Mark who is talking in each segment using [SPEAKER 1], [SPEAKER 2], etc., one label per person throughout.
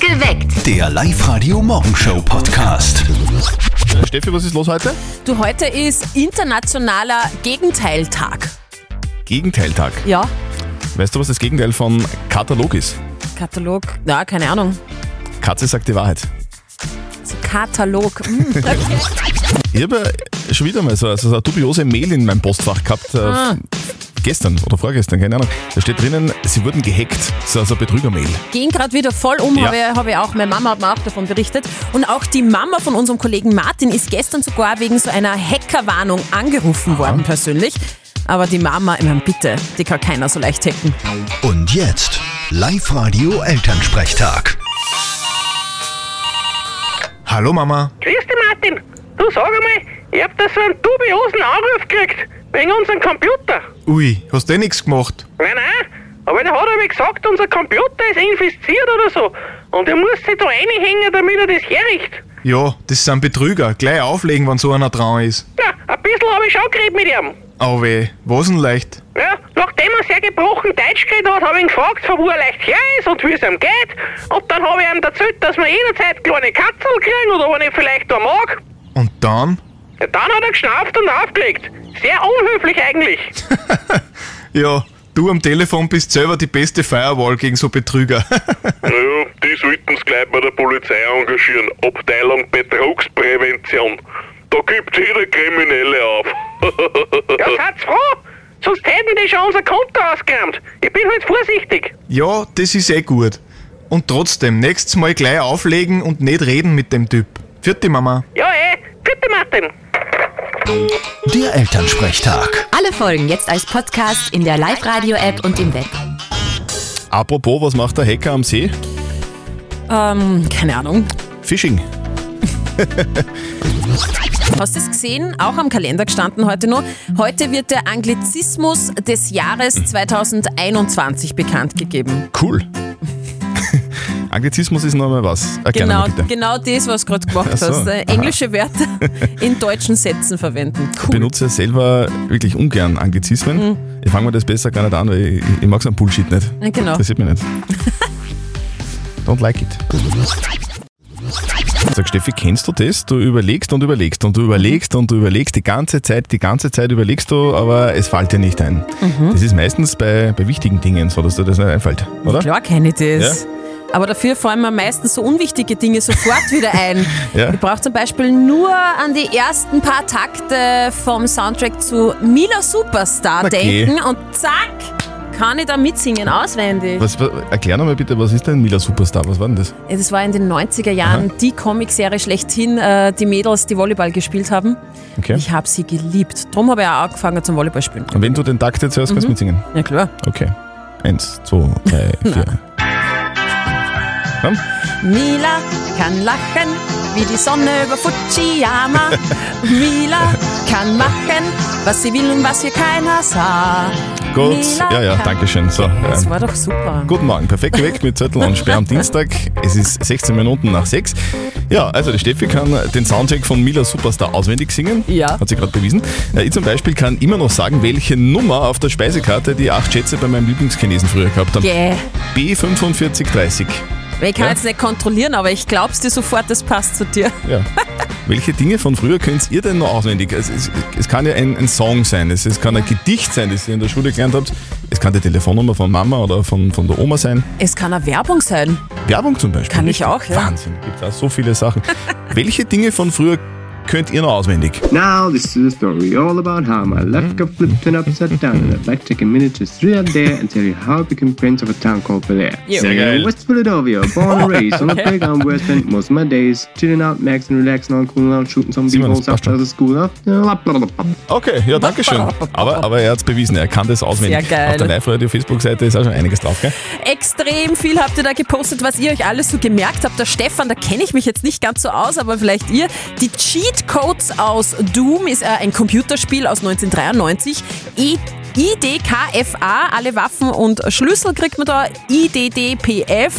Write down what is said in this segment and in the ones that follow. [SPEAKER 1] Geweckt.
[SPEAKER 2] Der Live-Radio Morgenshow Podcast.
[SPEAKER 3] Steffi, was ist los heute?
[SPEAKER 4] Du, heute ist internationaler Gegenteiltag.
[SPEAKER 3] Gegenteiltag.
[SPEAKER 4] Ja.
[SPEAKER 3] Weißt du, was das Gegenteil von Katalog ist?
[SPEAKER 4] Katalog, ja, keine Ahnung.
[SPEAKER 3] Katze sagt die Wahrheit.
[SPEAKER 5] Also
[SPEAKER 4] So Katalog. hm, okay.
[SPEAKER 3] Ich habe ja schon wieder mal so, so eine dubiose Mail in meinem Postfach gehabt. äh,
[SPEAKER 4] Ah.
[SPEAKER 3] Gestern oder vorgestern, keine Ahnung. Da steht drinnen, sie wurden gehackt. So also eine Betrügermail.
[SPEAKER 4] Gehen gerade wieder voll um,
[SPEAKER 3] Ja.
[SPEAKER 4] habe ich, hab ich auch. Meine Mama hat mir auch davon berichtet. Und auch die Mama von unserem Kollegen Martin ist gestern sogar wegen so einer Hackerwarnung angerufen worden, persönlich. Aber die Mama, ich meine, bitte, die kann keiner so leicht hacken.
[SPEAKER 2] Und jetzt Live-Radio Elternsprechtag.
[SPEAKER 6] Hallo Mama.
[SPEAKER 7] Grüß dich, Martin. Du sag einmal, ich hab da so einen dubiosen Anruf gekriegt, wegen unserem Computer.
[SPEAKER 6] Ui, hast du eh nichts gemacht?
[SPEAKER 7] Nein, nein, aber der hat einmal gesagt, unser Computer ist infiziert oder so. Und er muss sich da reinhängen, damit er das herricht.
[SPEAKER 6] Ja, das sind Betrüger. Gleich auflegen, wenn so einer dran ist.
[SPEAKER 7] Ja, ein bisschen habe ich schon geredet mit ihm.
[SPEAKER 6] Aber weh, was denn leicht?
[SPEAKER 7] Ja, nachdem er sehr gebrochen Deutsch geredet hat, habe ich ihn gefragt, von wo er leicht her ist und wie es ihm geht. Und dann habe ich ihm erzählt, dass wir jederzeit kleine Katzel kriegen oder wenn ich vielleicht da mag.
[SPEAKER 6] Und dann?
[SPEAKER 7] Ja, Dann hat er geschnauft und aufgelegt. Sehr unhöflich eigentlich.
[SPEAKER 6] Ja, du am Telefon bist selber die beste Firewall gegen so Betrüger.
[SPEAKER 8] Naja, die sollten es gleich bei der Polizei engagieren. Abteilung Betrugsprävention. Da gibt jeder Kriminelle auf.
[SPEAKER 7] Ja, seid froh! Sonst hätten die schon unser Konto ausgeräumt. Ich bin halt vorsichtig.
[SPEAKER 6] ja, das ist eh gut. Und trotzdem, nächstes Mal gleich auflegen und nicht reden mit dem Typ. Vierte Mama.
[SPEAKER 7] Ja, eh. Bitte, Martin.
[SPEAKER 2] Der Elternsprechtag.
[SPEAKER 5] Alle Folgen jetzt als Podcast in der Live-Radio-App und im Web.
[SPEAKER 3] Apropos, was macht der Hacker am See?
[SPEAKER 4] Ähm, keine Ahnung.
[SPEAKER 3] Phishing.
[SPEAKER 4] Hast du es gesehen? Auch am Kalender gestanden heute noch. Heute wird der Anglizismus des Jahres 2021 bekannt gegeben.
[SPEAKER 3] Cool. Anglizismus ist noch mal was. Erklär
[SPEAKER 4] Genau,
[SPEAKER 3] mal bitte.
[SPEAKER 4] genau das, was du gerade gemacht
[SPEAKER 3] Ach so.
[SPEAKER 4] hast. Äh, Englische Wörter in deutschen Sätzen verwenden.
[SPEAKER 3] Ich
[SPEAKER 4] Cool.
[SPEAKER 3] benutze selber wirklich ungern Anglizismen. Ich fange mir das besser gar nicht an, weil ich, ich mag so einen Bullshit nicht.
[SPEAKER 4] Hm. Ja, genau.
[SPEAKER 3] Das sieht mich nicht. Don't like it. Sag Steffi, kennst du das? Du überlegst und überlegst
[SPEAKER 4] Mhm.
[SPEAKER 3] und du überlegst und du überlegst die ganze Zeit, die ganze Zeit überlegst du, aber es fällt dir nicht ein.
[SPEAKER 4] Mhm.
[SPEAKER 3] Das ist meistens bei, bei wichtigen Dingen so, dass dir das nicht einfällt, oder?
[SPEAKER 4] Klar kenne ich das.
[SPEAKER 3] Ja.
[SPEAKER 4] Aber dafür fallen mir meistens so unwichtige Dinge sofort wieder ein.
[SPEAKER 3] Ja.
[SPEAKER 4] Ich brauche zum Beispiel nur an die ersten paar Takte vom Soundtrack zu Mila Superstar
[SPEAKER 3] Na, geh.
[SPEAKER 4] denken und zack, kann ich da mitsingen auswendig.
[SPEAKER 3] Was, was, erklär nochmal bitte, was ist denn Mila Superstar? Was war denn das?
[SPEAKER 4] Ja, Das war in den 90er Jahren die Comicserie schlechthin, äh, die Mädels, die Volleyball gespielt haben.
[SPEAKER 3] Okay.
[SPEAKER 4] Ich habe sie geliebt. Drum habe ich auch angefangen zum Volleyball spielen.
[SPEAKER 3] Und wenn du den Takt jetzt hörst, kannst du
[SPEAKER 4] Mhm.
[SPEAKER 3] mitsingen.
[SPEAKER 4] Ja klar.
[SPEAKER 3] Okay. Eins, zwei, drei, vier. Komm.
[SPEAKER 4] Mila kann lachen wie die Sonne über Fujiyama. Mila kann machen, was sie will und was hier keiner sah.
[SPEAKER 3] Gut,
[SPEAKER 4] Mila
[SPEAKER 3] ja, ja,
[SPEAKER 4] kann-
[SPEAKER 3] danke schön. So,
[SPEAKER 4] Das
[SPEAKER 3] ähm,
[SPEAKER 4] war doch super.
[SPEAKER 3] guten Morgen, perfekt geweckt mit Zettel und Sperr am Dienstag. Es ist 16 Minuten nach 6. Ja, also die Steffi kann den Soundtrack von Mila Superstar auswendig singen.
[SPEAKER 4] Ja.
[SPEAKER 3] Hat sie gerade bewiesen. Äh, Ich zum Beispiel kann immer noch sagen, welche Nummer auf der Speisekarte die acht Schätze bei meinem Lieblingschinesen früher gehabt haben.
[SPEAKER 4] Yeah.
[SPEAKER 3] B4530.
[SPEAKER 4] Ich kann
[SPEAKER 3] Ja.
[SPEAKER 4] jetzt nicht kontrollieren, aber ich glaub's dir sofort, das passt zu dir.
[SPEAKER 3] Ja. Welche Dinge von früher könnt ihr denn noch auswendig? Es, es, es kann ja ein, ein Song sein, es, es kann ein Gedicht sein, das ihr in der Schule gelernt habt. Es kann die Telefonnummer von Mama oder von, von der Oma sein.
[SPEAKER 4] Es kann eine Werbung sein.
[SPEAKER 3] Werbung zum Beispiel.
[SPEAKER 4] Kann ich auch, ja.
[SPEAKER 3] Wahnsinn, gibt auch so viele Sachen. Welche Dinge von früher könnt ihr noch auswendig?
[SPEAKER 9] Now this is a story all about how my life got flipped and upside down and I'd like to take a minute just to sit out there and tell you how I became prince of a town called Belair.
[SPEAKER 4] Yeah.
[SPEAKER 9] So,
[SPEAKER 3] geil.
[SPEAKER 9] West Philadelphia, born and raised on a playground where I spent most of my days chilling out, maxing, relaxing on, cooling out, shooting some
[SPEAKER 3] Simon,
[SPEAKER 9] b-balls
[SPEAKER 3] das passt
[SPEAKER 9] after the school.
[SPEAKER 3] Okay, ja, danke schön. Aber, aber er hat es bewiesen, er kann das auswendig.
[SPEAKER 4] Sehr geil.
[SPEAKER 3] Auf der Live-Radio-Facebook-Seite ist auch schon einiges drauf, gell?
[SPEAKER 4] Extrem viel habt ihr da gepostet, was ihr euch alles so gemerkt habt. Der Stefan, da kenne ich mich jetzt nicht ganz so aus, aber vielleicht ihr. Die Cheat Codes aus Doom ist äh, ein Computerspiel aus 1993. E IDKFA, alle Waffen und Schlüssel kriegt man da, IDDPF,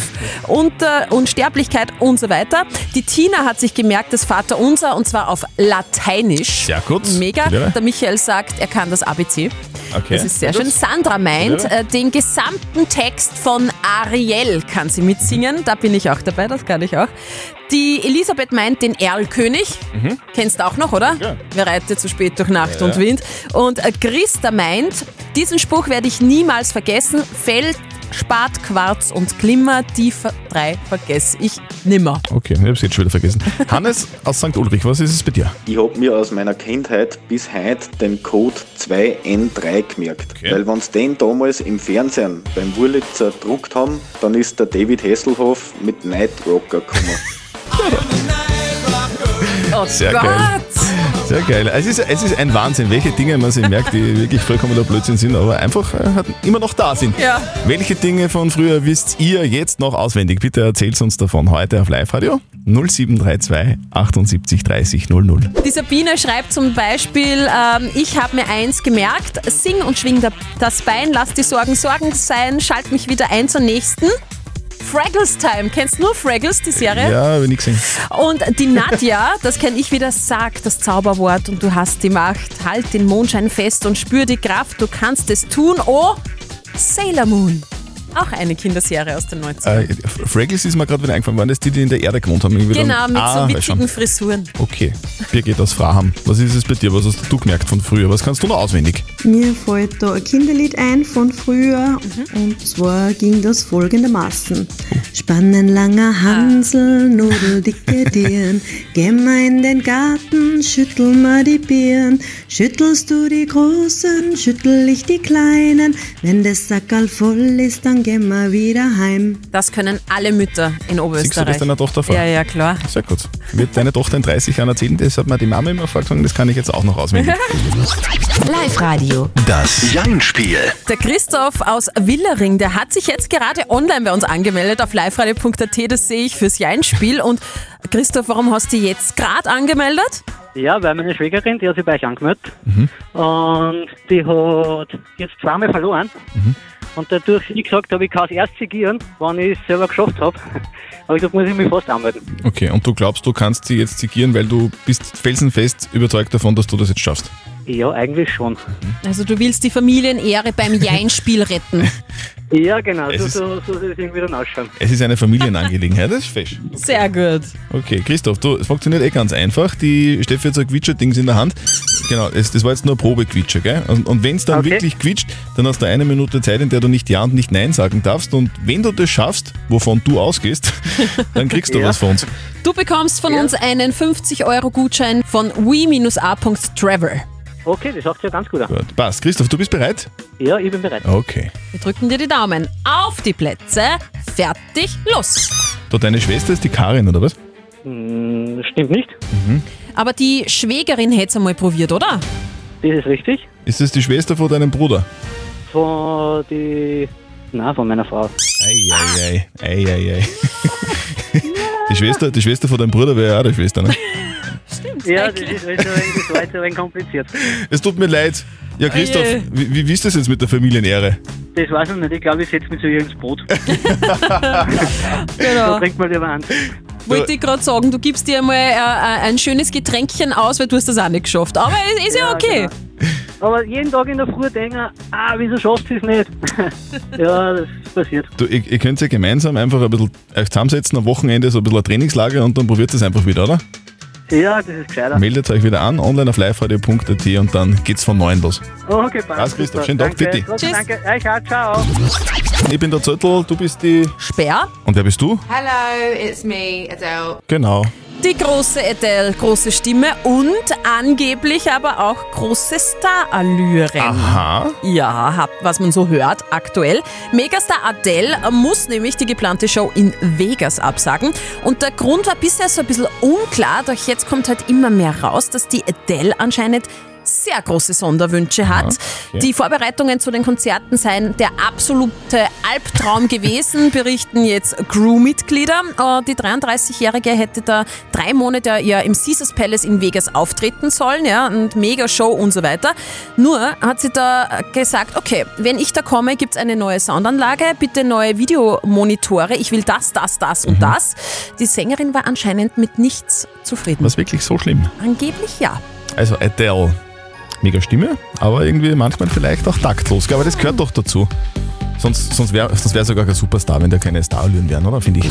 [SPEAKER 4] Unter äh, Unsterblichkeit und so weiter. Die Tina hat sich gemerkt, das Vater Unser, und zwar auf Lateinisch.
[SPEAKER 3] Sehr gut.
[SPEAKER 4] Mega.
[SPEAKER 3] Bitte.
[SPEAKER 4] Der Michael sagt, er kann das ABC.
[SPEAKER 3] Okay.
[SPEAKER 4] Das ist sehr schön. Sandra meint,
[SPEAKER 3] Ja.
[SPEAKER 4] äh, den gesamten Text von Ariel kann sie mitsingen. Da bin ich auch dabei, das kann ich auch. Die Elisabeth meint den Erlkönig. Kennst du auch noch, oder?
[SPEAKER 3] Mhm. Ja.
[SPEAKER 4] Wer reitet zu spät durch Nacht und Wind? Und äh, Christa meint, diesen Spruch werde ich niemals vergessen. Feld, Spat, Quarz und Glimmer, die ver- drei vergesse ich nimmer.
[SPEAKER 3] Okay, ich hab's jetzt schon wieder vergessen. Hannes aus St. Ulrich, was ist es bei dir?
[SPEAKER 1] Ich habe mir aus meiner Kindheit bis heute den Code 2N3 gemerkt.
[SPEAKER 3] Okay.
[SPEAKER 1] Weil wenn sie den damals im Fernsehen beim Wurlitzer gedruckt haben, dann ist der David Hasselhoff mit Night Rocker gekommen.
[SPEAKER 4] Oh
[SPEAKER 3] Sehr
[SPEAKER 4] Gott!
[SPEAKER 3] geil. Sehr geil. Es ist, es ist ein Wahnsinn, welche Dinge man sich merkt, die wirklich vollkommener Blödsinn sind, aber einfach äh, halt immer noch da sind.
[SPEAKER 4] Ja.
[SPEAKER 3] Welche Dinge von früher wisst ihr jetzt noch auswendig? Bitte erzählt uns davon heute auf Live-Radio 0732 78 30 00.
[SPEAKER 4] Die Sabine schreibt zum Beispiel, ähm, ich habe mir eins gemerkt, sing und schwing da- das Bein, lass die Sorgen Sorgen sein, schalt mich wieder ein zur nächsten. Fraggles Time, kennst du nur Fraggles, die Serie?
[SPEAKER 3] Ja, wenn ich gesehen.
[SPEAKER 4] Und die Nadja, das kenne ich wieder, sag das Zauberwort und du hast die Macht. Halt den Mondschein fest und spür die Kraft, du kannst es tun. Oh, Sailor Moon. Auch eine Kinderserie aus den 90ern.
[SPEAKER 3] Äh, Fraggles ist mir gerade wieder eingefallen, waren das die, die in der Erde gewohnt haben? Irgendwie
[SPEAKER 4] Genau,
[SPEAKER 3] dann-
[SPEAKER 4] mit
[SPEAKER 3] Ah,
[SPEAKER 4] so
[SPEAKER 3] weiß schon.
[SPEAKER 4] witzigen Frisuren.
[SPEAKER 3] Okay, Birgit aus Fraham. Was ist es bei dir? Was hast du gemerkt von früher? Was kannst du noch auswendig?
[SPEAKER 10] Mir fällt da ein Kinderlied ein von früher und zwar ging das folgendermaßen. Spannen langer Hansel, nudeldicke Dirn, geh mal in den Garten, schüttel mal die Birn. Schüttelst du die Großen, schüttel ich die Kleinen, wenn das Sackerl voll ist, dann geh mal wieder heim.
[SPEAKER 4] Das können alle Mütter in Oberösterreich.
[SPEAKER 3] Siehst du das deiner Tochter vor?
[SPEAKER 4] Ja, ja, klar.
[SPEAKER 3] Sehr gut. Wird deine Tochter in 30 Jahren erzählen, das hat mir die Mama immer vorgeschlagen, das kann ich jetzt auch noch auswendig.
[SPEAKER 5] Live-Radio.
[SPEAKER 2] Das Jein-Spiel.
[SPEAKER 4] Der Christoph aus Willering, der hat sich jetzt gerade online bei uns angemeldet auf liveradio.at, das sehe ich fürs Jein-Spiel. Und Christoph, warum hast du dich jetzt gerade angemeldet?
[SPEAKER 7] Ja, weil meine Schwägerin, die hat sich bei euch angemeldet und die hat jetzt zweimal verloren. Und dadurch, wie gesagt, habe ich kein erst gieren, wann ich es selber geschafft habe. Aber ich gesagt, muss ich mich fast anmelden.
[SPEAKER 3] Okay, und du glaubst, du kannst sie jetzt zigieren, weil du bist felsenfest überzeugt davon, dass du das jetzt schaffst.
[SPEAKER 7] Ja, eigentlich schon.
[SPEAKER 4] Also du willst die Familienehre beim Jein-Spiel retten.
[SPEAKER 7] Ja, genau,
[SPEAKER 3] Es
[SPEAKER 7] so,
[SPEAKER 3] ist-
[SPEAKER 7] so, so soll es irgendwie dann ausschauen.
[SPEAKER 3] Es ist eine Familienangelegenheit, das ist fesch.
[SPEAKER 4] Sehr gut.
[SPEAKER 3] Okay, Christoph, du, es funktioniert eh ganz einfach. Die Steffi hat so ein Quitscher-Dings in der Hand. Genau, es, das war jetzt nur Probequitscher, gell? Und, und wenn es dann
[SPEAKER 7] Okay.
[SPEAKER 3] wirklich quietscht, dann hast du eine Minute Zeit, in der du nicht Ja und nicht Nein sagen darfst. Und wenn du das schaffst, wovon du ausgehst, dann kriegst du
[SPEAKER 7] Ja.
[SPEAKER 3] was von uns.
[SPEAKER 4] Du bekommst von uns einen 50-Euro-Gutschein von we-a.travel.
[SPEAKER 7] Okay, das sagt ja ganz gut an.
[SPEAKER 3] Gut, passt. Christoph, du bist bereit?
[SPEAKER 7] Ja, ich bin bereit.
[SPEAKER 3] Okay.
[SPEAKER 4] Wir drücken dir die Daumen. Auf die Plätze. Fertig. Los.
[SPEAKER 3] Du, deine Schwester ist die Karin, oder was?
[SPEAKER 7] Hm, stimmt nicht,
[SPEAKER 4] Aber die Schwägerin hätte es einmal probiert, oder?
[SPEAKER 7] das ist richtig.
[SPEAKER 3] Ist das die Schwester von deinem Bruder?
[SPEAKER 7] Von die. Nein, von meiner Frau.
[SPEAKER 3] Eieiei. Eieiei. Die Schwester, die Schwester von deinem Bruder wäre ja auch die Schwester, ne?
[SPEAKER 7] Ja, das ist also irgendwie so ein bisschen kompliziert.
[SPEAKER 3] Es tut mir leid. Ja, Christoph,
[SPEAKER 4] Oje.
[SPEAKER 3] wie, wie, wie ist das jetzt mit der Familienehre?
[SPEAKER 7] Das weiß ich nicht, ich glaube, ich setze mich zu ihr ins Boot.
[SPEAKER 4] Genau.
[SPEAKER 7] Da trinkt man lieber an.
[SPEAKER 4] Wollte ich gerade sagen, du gibst dir mal äh, äh, ein schönes Getränkchen aus, weil du hast das auch nicht geschafft. Aber ist, ist ja,
[SPEAKER 7] Ja,
[SPEAKER 4] okay.
[SPEAKER 7] genau. Aber jeden Tag in der Früh denken, ah, wieso schafft sie es nicht? ja, das passiert.
[SPEAKER 3] Du, ihr, ihr könnt ja gemeinsam einfach ein bisschen euch zusammensetzen, am Wochenende so ein bisschen ein Trainingslager und dann probiert es einfach wieder, oder?
[SPEAKER 7] Ja, das ist gescheiter.
[SPEAKER 3] Meldet euch wieder an, online auf liveradio.at und dann geht's von neuem los.
[SPEAKER 7] Okay, passt.
[SPEAKER 3] Passt,
[SPEAKER 7] Super.
[SPEAKER 3] Christoph. Schönen Tag,
[SPEAKER 7] danke.
[SPEAKER 3] bitte.
[SPEAKER 7] Trotzdem
[SPEAKER 4] Tschüss.
[SPEAKER 7] Danke, euch auch, ciao.
[SPEAKER 3] Ich bin der Zettel, du bist die.
[SPEAKER 4] Speer.
[SPEAKER 3] Und wer bist du?
[SPEAKER 5] Hello, it's me, Adele.
[SPEAKER 3] Genau.
[SPEAKER 4] Die große Adele, große Stimme und angeblich aber auch große Star-Allüren.
[SPEAKER 3] Aha.
[SPEAKER 4] Ja, hab- was man so hört aktuell. Megastar Adele muss nämlich die geplante Show in Vegas absagen. Und der Grund war bisher so ein bisschen unklar, doch jetzt kommt halt immer mehr raus, dass die Adele anscheinend sehr große Sonderwünsche hat.
[SPEAKER 3] okay.
[SPEAKER 4] Die Vorbereitungen zu den Konzerten seien der absolute Albtraum gewesen, berichten jetzt Crew-Mitglieder. Äh, Die 33-Jährige hätte da drei Monate ja im Caesars Palace in Vegas auftreten sollen, ja, und mega Show und so weiter. Nur hat sie da gesagt, okay, wenn ich da komme, gibt es eine neue Soundanlage, bitte neue Videomonitore, ich will das, das, das
[SPEAKER 3] Mhm.
[SPEAKER 4] und das. Die Sängerin war anscheinend mit nichts zufrieden.
[SPEAKER 3] Was wirklich so schlimm.
[SPEAKER 4] Angeblich ja.
[SPEAKER 3] Also Adele, mega Stimme, aber irgendwie manchmal vielleicht auch taktlos. Aber das gehört doch dazu. Sonst, sonst wäre sonst wär sogar kein Superstar, wenn da keine Starallüren wären, oder? Finde ich.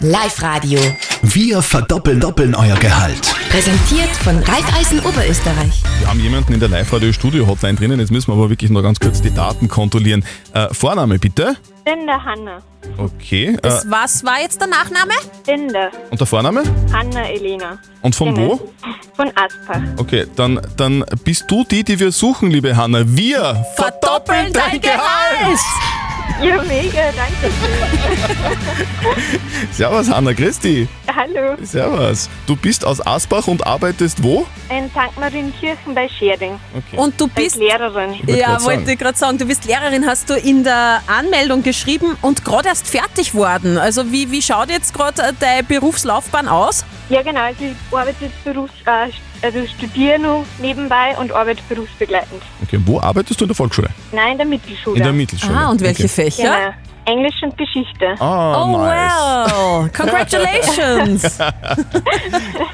[SPEAKER 5] Live-Radio.
[SPEAKER 2] Wir verdoppeln doppeln euer Gehalt.
[SPEAKER 5] Präsentiert von Raiffeisen Oberösterreich.
[SPEAKER 3] Wir haben jemanden in der Live-Radio-Studio-Hotline drinnen. Jetzt müssen wir aber wirklich noch ganz kurz die Daten kontrollieren. Äh, Vorname bitte.
[SPEAKER 11] Binde, Hanne.
[SPEAKER 3] Okay. Äh,
[SPEAKER 4] Das, was war jetzt der Nachname?
[SPEAKER 11] Binde.
[SPEAKER 3] und der Vorname?
[SPEAKER 11] Hanne, Elena.
[SPEAKER 3] Und von wo?
[SPEAKER 11] Von Aspach.
[SPEAKER 3] Okay, dann, dann bist du die, die wir suchen, liebe Hanna. Wir
[SPEAKER 4] Verdoppeln
[SPEAKER 3] dein Gehalt!
[SPEAKER 11] Ja, mega, danke schön.
[SPEAKER 3] Servus, Hanna, grüß dich.
[SPEAKER 11] Hallo.
[SPEAKER 3] Servus. Du bist aus Asbach und arbeitest wo?
[SPEAKER 11] In St. Marienkirchen bei Schering.
[SPEAKER 3] Okay.
[SPEAKER 4] Und du bist.
[SPEAKER 11] Als Lehrerin.
[SPEAKER 3] wollte
[SPEAKER 4] Ja,
[SPEAKER 3] grad
[SPEAKER 4] wollte
[SPEAKER 3] sagen.
[SPEAKER 4] ich gerade sagen, du bist Lehrerin, hast du in der Anmeldung geschrieben und gerade erst fertig worden. Also wie, wie schaut jetzt gerade deine Berufslaufbahn aus?
[SPEAKER 11] Ja, genau. Also ich arbeite jetzt berufs... Äh, also studiere noch nebenbei und arbeite berufsbegleitend.
[SPEAKER 3] Okay, wo arbeitest du in der Volksschule?
[SPEAKER 11] Nein, in der Mittelschule.
[SPEAKER 3] In der Mittelschule.
[SPEAKER 4] Ah, und welche
[SPEAKER 3] okay.
[SPEAKER 11] Genau.
[SPEAKER 4] Fächer?
[SPEAKER 11] Englisch und Geschichte.
[SPEAKER 3] Ah,
[SPEAKER 4] Oh
[SPEAKER 3] nice.
[SPEAKER 4] wow, congratulations!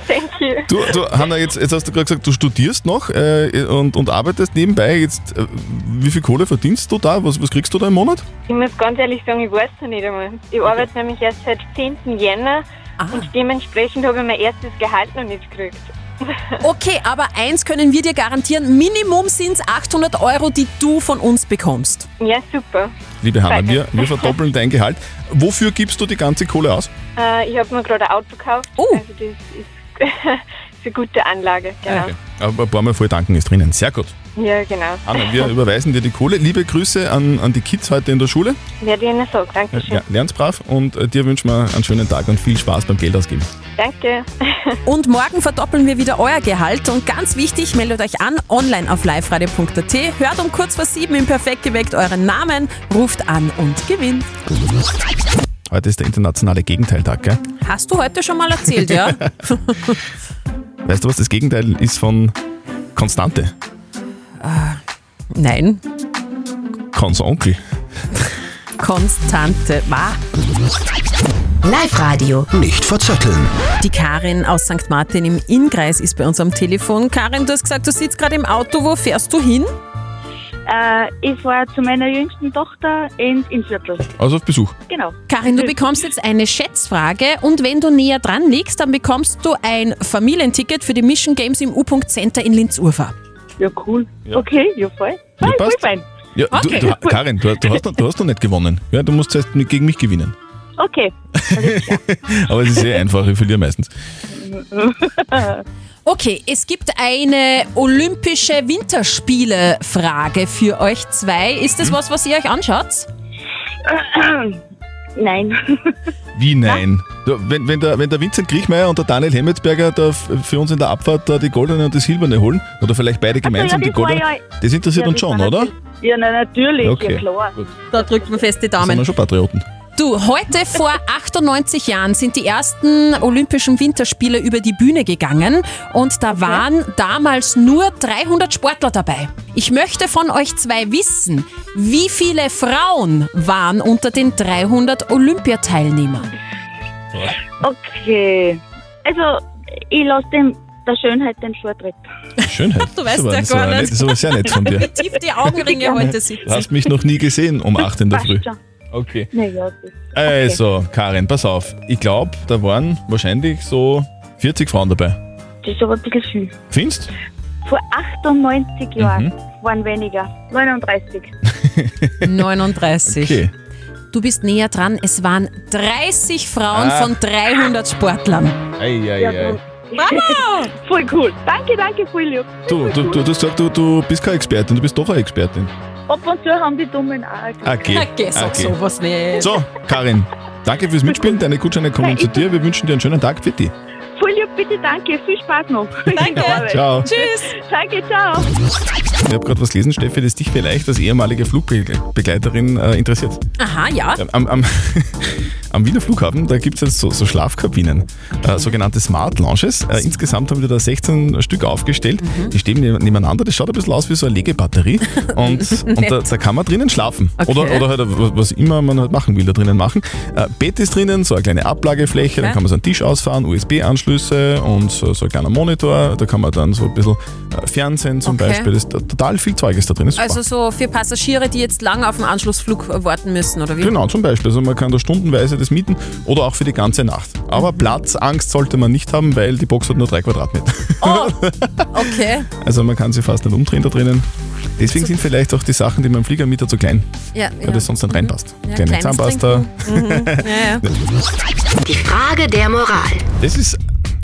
[SPEAKER 11] Thank you.
[SPEAKER 3] Du, du, Hanna, jetzt, jetzt hast du gerade gesagt, du studierst noch äh, und, und arbeitest nebenbei. Jetzt, äh, wie viel Kohle verdienst du da? Was, was kriegst du da im Monat?
[SPEAKER 11] Ich muss ganz ehrlich sagen, ich weiß es nicht einmal. Ich arbeite nämlich erst seit 10. Jänner
[SPEAKER 3] Ah.
[SPEAKER 11] und dementsprechend habe ich mein erstes Gehalt noch nicht gekriegt.
[SPEAKER 4] Okay, aber eins können wir dir garantieren, Minimum sind es 800 Euro, die du von uns bekommst.
[SPEAKER 11] Ja, super.
[SPEAKER 3] Liebe Hanna,
[SPEAKER 11] Danke.
[SPEAKER 3] wir, wir verdoppeln dein Gehalt. Wofür gibst du die ganze Kohle aus?
[SPEAKER 11] Äh, ich habe mir gerade ein Auto gekauft.
[SPEAKER 4] Oh.
[SPEAKER 11] Also das ist, ist eine gute Anlage. Genau.
[SPEAKER 3] Okay. Aber ein paar Mal voll danken ist drinnen. Sehr gut.
[SPEAKER 11] Ja, genau.
[SPEAKER 3] Hanna, wir überweisen dir die Kohle. Liebe Grüße an, an die Kids heute in der Schule.
[SPEAKER 11] Werde ich Ihnen sagen. Dankeschön.
[SPEAKER 3] Ja, lern's brav und äh, dir wünschen wir einen schönen Tag und viel Spaß beim Geld ausgeben.
[SPEAKER 11] Danke.
[SPEAKER 4] Und morgen verdoppeln wir wieder euer Gehalt. Und ganz wichtig, meldet euch an online auf liveradio.at. Hört um kurz vor sieben im Perfekt geweckt euren Namen, ruft an und gewinnt.
[SPEAKER 3] Heute ist der internationale Gegenteiltag, gell?
[SPEAKER 4] Hast du heute schon mal erzählt, ja?
[SPEAKER 3] Weißt du, was das Gegenteil ist von Konstante?
[SPEAKER 4] Nein,
[SPEAKER 3] Konsonkel.
[SPEAKER 4] Konstante war.
[SPEAKER 5] Live-Radio.
[SPEAKER 2] Nicht verzetteln.
[SPEAKER 4] Die Karin aus St. Martin im Innkreis ist bei uns am Telefon. Karin, du hast gesagt, du sitzt gerade im Auto. Wo fährst du hin?
[SPEAKER 11] Äh, ich war zu meiner jüngsten Tochter ins Innviertel.
[SPEAKER 3] Also auf Besuch.
[SPEAKER 11] Genau.
[SPEAKER 4] Karin, du bekommst jetzt eine Schätzfrage und wenn du näher dran liegst, dann bekommst du ein Familienticket für die Mission Games im U-Punkt Center in Linz-Urfahr.
[SPEAKER 11] Ja, cool. Okay, ja, voll.
[SPEAKER 3] Ja,
[SPEAKER 11] voll
[SPEAKER 3] passt.
[SPEAKER 11] fein.
[SPEAKER 3] Ja,
[SPEAKER 4] Okay.
[SPEAKER 3] du, du, Karin, du, du, hast, noch- du hast noch nicht gewonnen. Ja, du musst zuerst mit- gegen mich gewinnen.
[SPEAKER 11] Okay.
[SPEAKER 3] Aber es ist sehr einfach, ich verliere meistens.
[SPEAKER 4] Okay, es gibt eine olympische Winterspiele-Frage für euch zwei. Ist das was, was ihr euch anschaut?
[SPEAKER 11] Nein.
[SPEAKER 3] Wie nein? Du, wenn, wenn, der, wenn der Vincent Griechmeier und der Daniel Hemmetsberger da f- für uns in der Abfahrt da die goldene und die silberne holen, oder vielleicht beide gemeinsam die
[SPEAKER 11] das war
[SPEAKER 3] goldene,
[SPEAKER 11] ja-
[SPEAKER 3] das interessiert
[SPEAKER 11] Ja,
[SPEAKER 3] uns
[SPEAKER 11] das war
[SPEAKER 3] schon, oder?
[SPEAKER 11] Ja, na, natürlich.
[SPEAKER 3] Okay.
[SPEAKER 11] Ja, klar.
[SPEAKER 4] Da drückt man fest die
[SPEAKER 3] Sind wir
[SPEAKER 4] Daumen.
[SPEAKER 3] schon Patrioten.
[SPEAKER 4] Du, heute vor 98 Jahren sind die ersten Olympischen Winterspiele über die Bühne gegangen und da waren damals nur 300 Sportler dabei. Ich möchte von euch zwei wissen, wie viele Frauen waren unter den 300 Olympiateilnehmern?
[SPEAKER 11] Okay. Also, ich lasse dem der Schönheit den Vortritt.
[SPEAKER 3] Schönheit.
[SPEAKER 4] Du weißt
[SPEAKER 3] so,
[SPEAKER 4] ja gar nicht.
[SPEAKER 3] So sehr nett von dir.
[SPEAKER 4] Wie tief die Augenringe heute sitzen.
[SPEAKER 3] Du hast mich noch nie gesehen um 8 in der Früh.
[SPEAKER 11] schon.
[SPEAKER 3] Okay.
[SPEAKER 11] Naja, das
[SPEAKER 3] Also, Karin, pass auf. Ich glaube, da waren wahrscheinlich so 40 Frauen dabei.
[SPEAKER 11] das ist aber ein bisschen viel.
[SPEAKER 3] Findest?
[SPEAKER 11] Vor 98 Jahren waren weniger. 39.
[SPEAKER 4] 39.
[SPEAKER 3] Okay.
[SPEAKER 4] Du bist näher dran. Es waren 30 Frauen
[SPEAKER 3] Ah.
[SPEAKER 4] von 300 Sportlern.
[SPEAKER 3] Ei, ei, ei.
[SPEAKER 4] Bravo!
[SPEAKER 11] Voll cool. Danke, danke, voll lieb.
[SPEAKER 3] Du, du, du, du sagst, du, du bist keine Expertin, du bist doch eine Expertin. Ah,
[SPEAKER 11] Ab und zu haben die Dummen auch.
[SPEAKER 3] Okay.
[SPEAKER 4] Na, geh, sag
[SPEAKER 3] okay.
[SPEAKER 4] sowas nicht.
[SPEAKER 3] So, Karin, danke fürs Mitspielen. Deine Gutscheine kommen zu dir. Wir wünschen dir einen schönen Tag. Für dich.
[SPEAKER 11] Voll lieb,
[SPEAKER 12] bitte, danke. Viel Spaß noch. Danke.
[SPEAKER 3] Ciao.
[SPEAKER 12] Tschüss. Danke, ciao.
[SPEAKER 3] Ich habe gerade was gelesen, Steffi, das dich vielleicht als ehemalige Flugbegleiterin äh, interessiert.
[SPEAKER 4] Aha, ja.
[SPEAKER 3] Ähm, Am, am, am Wiener Flughafen, da gibt es jetzt so, so Schlafkabinen, äh, sogenannte Smart Lounges. Äh, insgesamt haben wir da 16 Stück aufgestellt. Die stehen neb- nebeneinander, das schaut ein bisschen aus wie so eine Legebatterie. Und, und da,
[SPEAKER 13] Nett.
[SPEAKER 3] da kann man drinnen schlafen.
[SPEAKER 13] Okay.
[SPEAKER 3] Oder, oder halt, was was immer man halt machen will, da drinnen machen. Äh, Bett ist drinnen, so eine kleine Ablagefläche, dann
[SPEAKER 13] Okay.
[SPEAKER 3] kann man so einen Tisch ausfahren, USB-Anschlüsse und so, so ein kleiner Monitor. Da kann man dann so ein bisschen äh, Fernsehen zum
[SPEAKER 4] Okay.
[SPEAKER 3] Beispiel. Das, total viel Zeug ist da drin. Ist super.
[SPEAKER 4] Also so für Passagiere, die jetzt lang auf den Anschlussflug äh, warten müssen, oder wie?
[SPEAKER 3] Genau, zum Beispiel. Also man kann da stundenweise das mieten oder auch für die ganze Nacht. Aber Platzangst sollte man nicht haben, weil die Box hat nur drei Quadratmeter.
[SPEAKER 4] Okay.
[SPEAKER 3] Also man kann sie fast nicht umdrehen da drinnen. Deswegen sind vielleicht auch die Sachen, die man im Flieger mietet, so klein,
[SPEAKER 4] Ja,
[SPEAKER 3] weil das sonst nicht reinpasst.
[SPEAKER 5] Ja,
[SPEAKER 3] Kleine
[SPEAKER 5] kleines
[SPEAKER 3] Zahnpasta.
[SPEAKER 5] Die Frage der Moral.
[SPEAKER 3] Das ist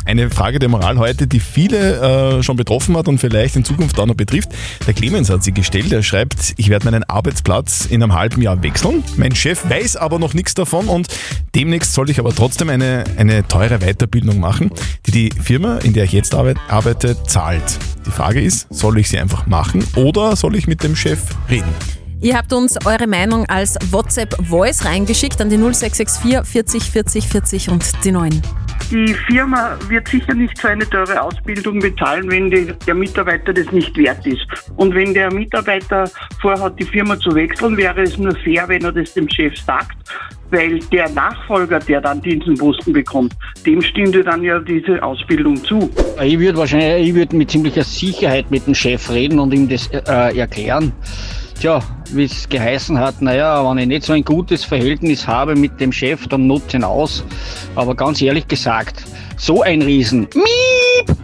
[SPEAKER 3] eine Frage der Moral heute, die viele äh, schon betroffen hat und vielleicht in Zukunft auch noch betrifft. Der Clemens hat sie gestellt. Er schreibt, ich werde meinen Arbeitsplatz in einem halben Jahr wechseln. Mein Chef weiß aber noch nichts davon und demnächst soll ich aber trotzdem eine, eine teure Weiterbildung machen, die die Firma, in der ich jetzt arbeit, arbeite, zahlt. Die Frage ist, soll ich sie einfach machen oder soll ich mit dem Chef reden?
[SPEAKER 4] Ihr habt uns eure Meinung als WhatsApp-Voice reingeschickt an die 0664 40 40 40 und die 9.
[SPEAKER 14] Die Firma wird sicher nicht so eine teure Ausbildung bezahlen, wenn die, der Mitarbeiter das nicht wert ist. Und wenn der Mitarbeiter vorhat, die Firma zu wechseln, wäre es nur fair, wenn er das dem Chef sagt, weil der Nachfolger, der dann diesen Posten bekommt, dem stünde dann ja diese Ausbildung zu.
[SPEAKER 15] Ich würde wahrscheinlich, ich würde mit ziemlicher Sicherheit mit dem Chef reden und ihm das äh, erklären. Tja, wie es geheißen hat, naja, wenn ich nicht so ein gutes Verhältnis habe mit dem Chef, dann nutze ihn aus. Aber ganz ehrlich gesagt, so ein Riesen Miep,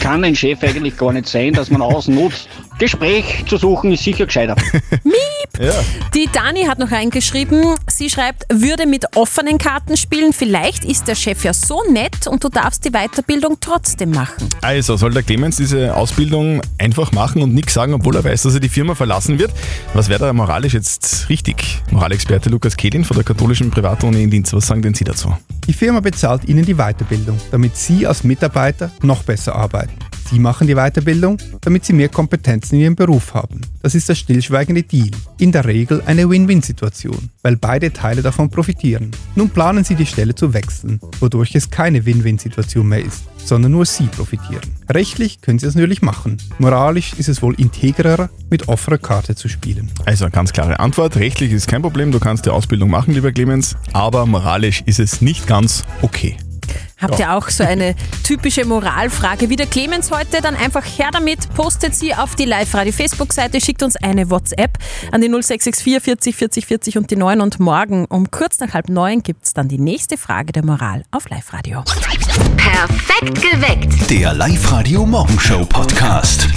[SPEAKER 15] kann ein Chef eigentlich gar nicht sein, dass man ausnutzt. Gespräch zu suchen ist sicher gescheiter. Miep!
[SPEAKER 3] Ja.
[SPEAKER 4] Die Dani hat noch reingeschrieben, sie schreibt, würde mit offenen Karten spielen, vielleicht ist der Chef ja so nett und du darfst die Weiterbildung trotzdem machen.
[SPEAKER 3] Also soll der Clemens diese Ausbildung einfach machen und nichts sagen, obwohl er weiß, dass er die Firma verlassen wird? Was wäre da moralisch jetzt richtig? Moralexperte Lukas Kehlin von der katholischen Privatuni in Linz, was sagen denn Sie dazu?
[SPEAKER 16] Die Firma bezahlt Ihnen die Weiterbildung, damit Sie als Mitarbeiter noch besser arbeiten. Sie machen die Weiterbildung, damit Sie mehr Kompetenzen in Ihrem Beruf haben. Das ist der stillschweigende Deal. In der Regel eine Win-Win-Situation, weil beide Teile davon profitieren. Nun planen Sie die Stelle zu wechseln, wodurch es keine Win-Win-Situation mehr ist, sondern nur Sie profitieren. Rechtlich können Sie das natürlich machen. Moralisch ist es wohl integrerer, mit offener Karte zu spielen.
[SPEAKER 3] Also ganz klare Antwort, rechtlich ist kein Problem, du kannst die Ausbildung machen, lieber Clemens, aber moralisch ist es nicht ganz okay.
[SPEAKER 4] Habt
[SPEAKER 3] Ja.
[SPEAKER 4] ihr auch so eine typische Moralfrage wie der Clemens heute? Dann einfach her damit, postet sie auf die Live-Radio-Facebook-Seite, schickt uns eine WhatsApp an die 0664 40 40 40 und die 9 und morgen um kurz nach halb neun gibt es dann die nächste Frage der Moral auf Live-Radio.
[SPEAKER 5] Perfekt geweckt.
[SPEAKER 2] Der Live-Radio Morgenshow Podcast.